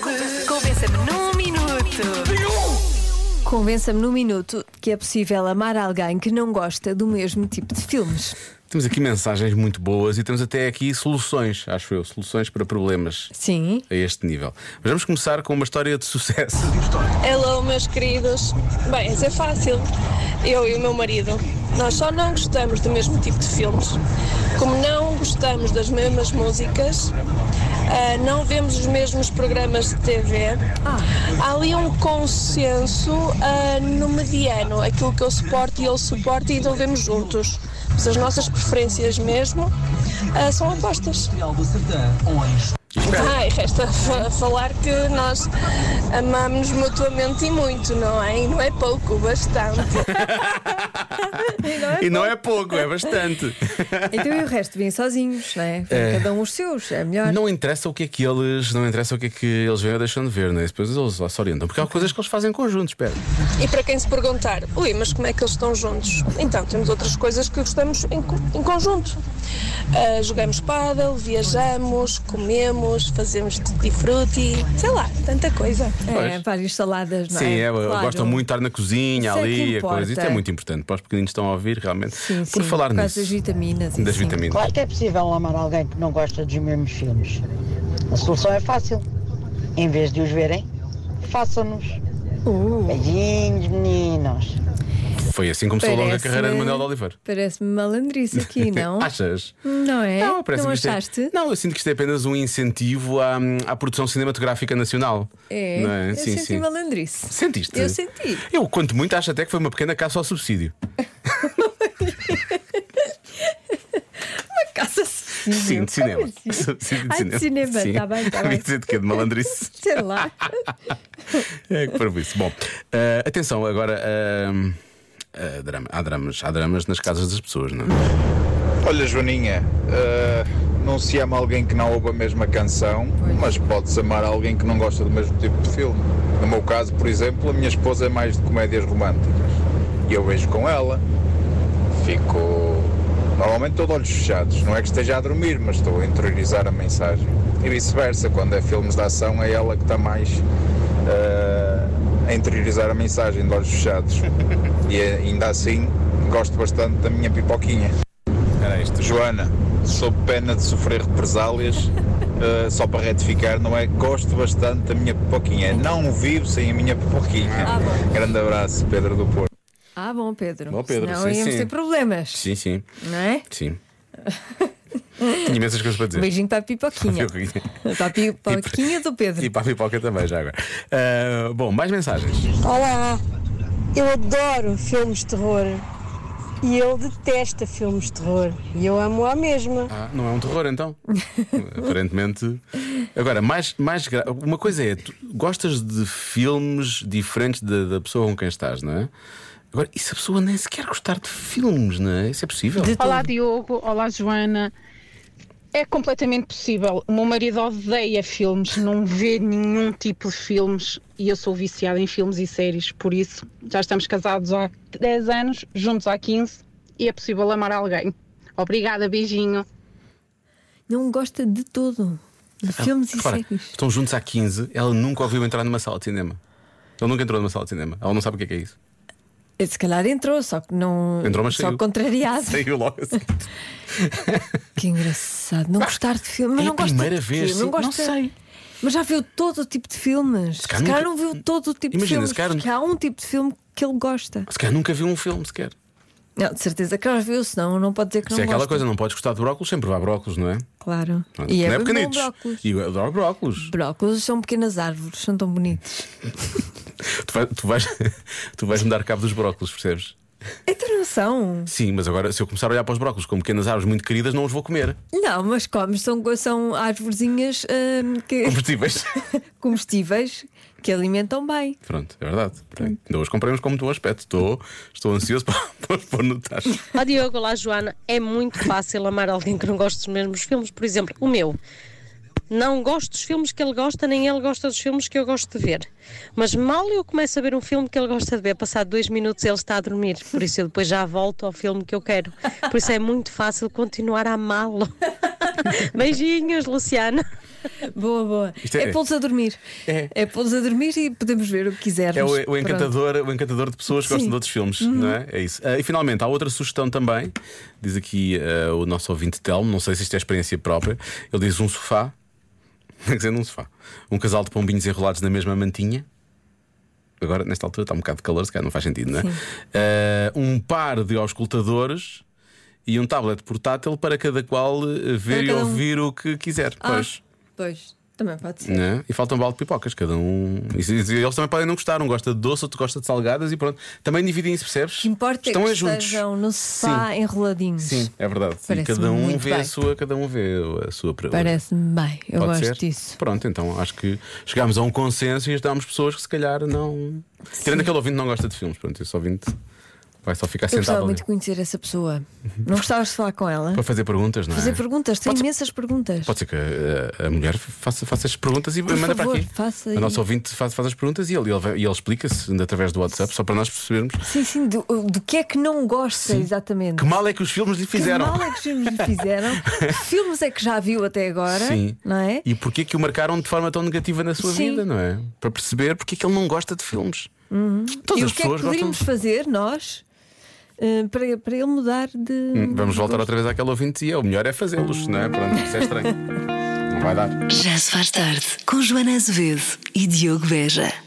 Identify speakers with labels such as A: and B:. A: Convença-me.
B: Convença-me num minuto.
C: Convença-me num minuto que é possível amar alguém que não gosta do mesmo tipo de filmes.
A: Temos aqui mensagens muito boas e temos até aqui soluções, acho eu, soluções para problemas
C: Sim.
A: a este nível. Mas vamos começar com uma história de sucesso.
D: Hello, meus queridos. Bem, isso é fácil. Eu e o meu marido, nós só não gostamos do mesmo tipo de filmes. Como não gostamos das mesmas músicas, ah, não vemos os mesmos programas de TV, há ali um consenso ah, no mediano, aquilo que eu suporto e ele suporta e então vemos juntos. Mas as nossas preferências mesmo ah, são opostas. Ai, resta fa- falar que nós amamos mutuamente e muito, não é? E não é pouco, bastante.
A: E não é pouco, é bastante.
C: Então e o resto vêm sozinhos, não é? Vêm Cada um os seus, é melhor.
A: Não interessa o que é que eles, não interessa o que é que eles vêm ou deixam de ver, né? depois eles só se orientam, porque há coisas que eles fazem em conjunto, espera.
D: E para quem se perguntar, ui, mas como é que eles estão juntos? Então, temos outras coisas que gostamos em, co- em conjunto. Ah, jogamos paddle, viajamos, comemos, fazemos tutti-frutti, sei lá, tanta coisa.
C: É, várias saladas, não
A: Sim,
C: é?
A: é,
C: Claro.
A: gostam muito de estar na cozinha
C: Isso é que
A: ali, a
C: importa.
A: coisa. Isso é muito importante para os pequeninos que estão a ouvir, realmente.
C: Sim,
A: Por
C: sim,
A: falar
C: por causa
A: nisso,
C: das vitaminas. e
A: das
C: assim.
A: vitaminas.
E: Claro que é possível amar alguém que não gosta dos mesmos filmes. A solução é fácil. Em vez de os verem, façam-nos.
C: Uh,
E: Beijinhos, meninos.
A: Foi assim que começou logo a
C: Parece-me-
A: carreira de Manuel de Oliveira.
C: Parece-me malandrice aqui, né? não?
A: Achas?
C: Não é?
A: Não, parece-me
C: Não
A: que isto é-
C: achaste?
A: Não, eu sinto que isto é apenas um incentivo à, à produção cinematográfica nacional.
C: É,
A: Não é?
C: eu
A: sim,
C: senti
A: sim.
C: malandrice.
A: Sentiste?
C: Eu senti.
A: Eu quanto muito acho até que foi uma pequena caça ao subsídio.
C: Caça-se.
A: Sim, de cinema.
C: Como assim?
A: Subsídio
C: Uhum. Ai, de cinema,
A: Sim.
C: tá bem, tá
A: Havia
C: bem.
A: de dizer de quê? De malandrice.
C: Sei lá.
A: É que para isso. Bom, eh, atenção, agora. eh, eh, drama. Há dramas, há dramas nas casas das pessoas, não é?
F: Olha, Joaninha, ah, não se ama alguém que não ouve a mesma canção, mas pode-se amar alguém que não gosta do mesmo tipo de filme. No meu caso, por exemplo, a minha esposa é mais de comédias românticas. E eu vejo com ela, fico. Normalmente estou de olhos fechados, não é que esteja a dormir, mas estou a interiorizar a mensagem. E vice-versa, quando é filmes de ação, é ela que está mais ah, a interiorizar a mensagem de olhos fechados. E ainda assim, gosto bastante da minha pipoquinha.
A: Era isto.
F: Joana, sob pena de sofrer represálias, eh, só para retificar, não é? Gosto bastante da minha pipoquinha. Não vivo sem a minha pipoquinha. Grande abraço, Pedro do Porto.
C: Ah, bom, Pedro.
A: Bom, Pedro,
C: Senão
A: sim,
C: íamos
A: sim.
C: ter problemas,
A: Sim, sim.
C: não é?
A: Sim. Tinha imensas coisas para
C: Um
A: dizer.
C: beijinho para a pipoquinha. para a pipoquinha do Pedro.
A: E para a pipoca também, já agora. Ah, bom, mais mensagens.
G: Olá, eu adoro filmes de terror e ele detesta filmes de terror e eu amo a mesma.
A: Ah, não é um terror então? Aparentemente. Agora, mais, mais gra- uma coisa é: tu gostas de filmes diferentes da, da pessoa com quem estás, não é? Agora, e se a pessoa nem sequer gostar de filmes, não é? Isso é possível?
H: Olá Diogo, olá Joana. É completamente possível. O meu marido odeia filmes, não vê nenhum tipo de filmes e eu sou viciada em filmes e séries, por isso já estamos casados há 10 anos, juntos há 15 e é possível amar alguém. Obrigada, beijinho.
C: Não gosta de todo. De filmes e
A: Ah, Repara,
C: séries.
A: estão juntos há 15, ela nunca ouviu entrar numa sala de cinema. Ele nunca entrou numa sala de cinema. Ela não sabe o que é, que é isso.
C: E É, Se calhar entrou, só que não.
A: Entrou, mas
C: só
A: saiu.
C: contrariado.
A: Saiu logo assim.
C: Que engraçado. Não gostar de filmes. Mas
A: É
C: não
A: a
C: gosta
A: primeira
C: de quê?
A: vez,
C: Não,
A: sim,
C: gosta...
A: não sei.
C: Mas já viu todo o tipo de filmes. Se
A: calhar
C: calhar, não
A: nunca-
C: viu todo o tipo
A: Imagina,
C: de filmes.
A: se calhar-
C: porque há um tipo de filme que ele gosta.
A: Se calhar nunca viu um filme sequer.
C: Não, de certeza que já viu, senão não pode dizer que
A: Se
C: não
A: é aquela
C: gosta.
A: coisa, não podes gostar de brócolos, sempre vá brócolos, não é?
C: Claro.
A: Não
C: E é,
A: não
C: bem bom
A: pequenitos.
C: brócolos.
A: E eu adoro brócolos.
C: Brócolos são pequenas árvores, são tão bonitos.
A: Tu, vai- tu vais, tu vais me dar cabo dos brócolos, percebes?
C: Então não são.
A: Sim, mas agora se eu começar a olhar para os brócolos como pequenas árvores muito queridas, não os vou comer.
C: Não, mas comes, são, são árvorezinhas hum, que,
A: Comestíveis.
C: comestíveis que alimentam bem.
A: Pronto, é verdade. Ainda hoje comprei uns com muito bom aspecto. Estou, estou ansioso para, para os pôr no tacho.
I: Ó Diogo, olá Joana, é muito fácil amar alguém que não gosta dos mesmos filmes. Por exemplo, o meu. Não gosto dos filmes que ele gosta, nem ele gosta dos filmes que eu gosto de ver. Mas mal eu começo a ver um filme que ele gosta de ver, passado dois minutos ele está a dormir. Por isso eu depois já volto ao filme que eu quero. Por isso é muito fácil continuar a amá-lo. Beijinhos, Luciana.
C: Boa, boa.
A: Isto
C: É,
A: é-
C: pô-los a dormir.
A: É.
C: É pô-los a dormir e podemos ver o que quisermos.
A: É o, o
C: Pronto.
A: encantador, o encantador de pessoas que gostam
C: Sim. Uhum.
A: de outros filmes, não é? É isso. Ah, e finalmente, há outra sugestão também, diz aqui ah, o nosso ouvinte Telmo, não sei se isto é experiência própria, ele diz um sofá, quer dizer, um sofá, um casal de pombinhos enrolados na mesma mantinha. Agora, nesta altura, está um bocado de calor, se calhar não faz sentido, não é? Ah, um par de auscultadores e um tablet portátil para cada qual ah, ver
C: Para
A: e
C: cada um.
A: ouvir o que quiser.
C: Ah,
A: Pois.
C: Pois, também pode ser.
A: Né? E faltam balde de pipocas, cada um. E se- e eles também podem não gostar, um gosta de doce, outro gosta de salgadas e pronto. Também dividem-se, percebes?
C: O que importa
A: Estão
C: é que
A: é juntos.
C: estejam no sofá enroladinhos.
A: Sim, é verdade. E
C: Parece-me
A: cada um
C: muito
A: vê a
C: bem.
A: sua, cada um vê a sua pre-
C: Parece-me bem, eu
A: Pode
C: gosto
A: ser?
C: disso.
A: Pronto, então acho que chegámos a um consenso e ajudámos pessoas que se calhar não. Tirando aquele ouvinte que não gosta de filmes, pronto, esse ouvinte vai só ficar
C: Eu
A: sentado
C: gostava
A: ali.
C: muito de conhecer essa pessoa.
A: Uhum.
C: Não gostavas de falar com ela?
A: Para fazer perguntas, não é?
C: Fazer perguntas, tem imensas perguntas.
A: Pode ser que eh, a, a- a mulher faça, faça as perguntas e
C: Por
A: manda
C: favor,
A: para aqui.
C: faça
A: a
C: aí.
A: nossa ouvinte faz, faz as perguntas e ele, ele, vai- e ele explica-se ainda através do WhatsApp, só para nós percebermos
C: Sim, sim, do, do que é que não gosta exatamente?
A: que mal é que os filmes lhe
C: Que
A: fizeram.
C: mal é que os filmes lhe fizeram? que filmes é que já viu até agora?
A: Sim.
C: Não é?
A: E porquê que o marcaram de forma tão negativa na sua
C: Sim.
A: vida, não é? Para perceber porque é que ele não gosta de filmes. Todas
C: E
A: as
C: o que é que
A: pessoas gostam.
C: poderíamos fazer nós eh, para, para ele mudar de.
A: Hum, Vamos
C: Uhum.
A: voltar outra vez àquela ouvinte e é, o melhor é fazê-los, não é? Pronto, isso é estranho. não vai dar.
B: Já se faz tarde com Joana Azevedo e Diogo Beja.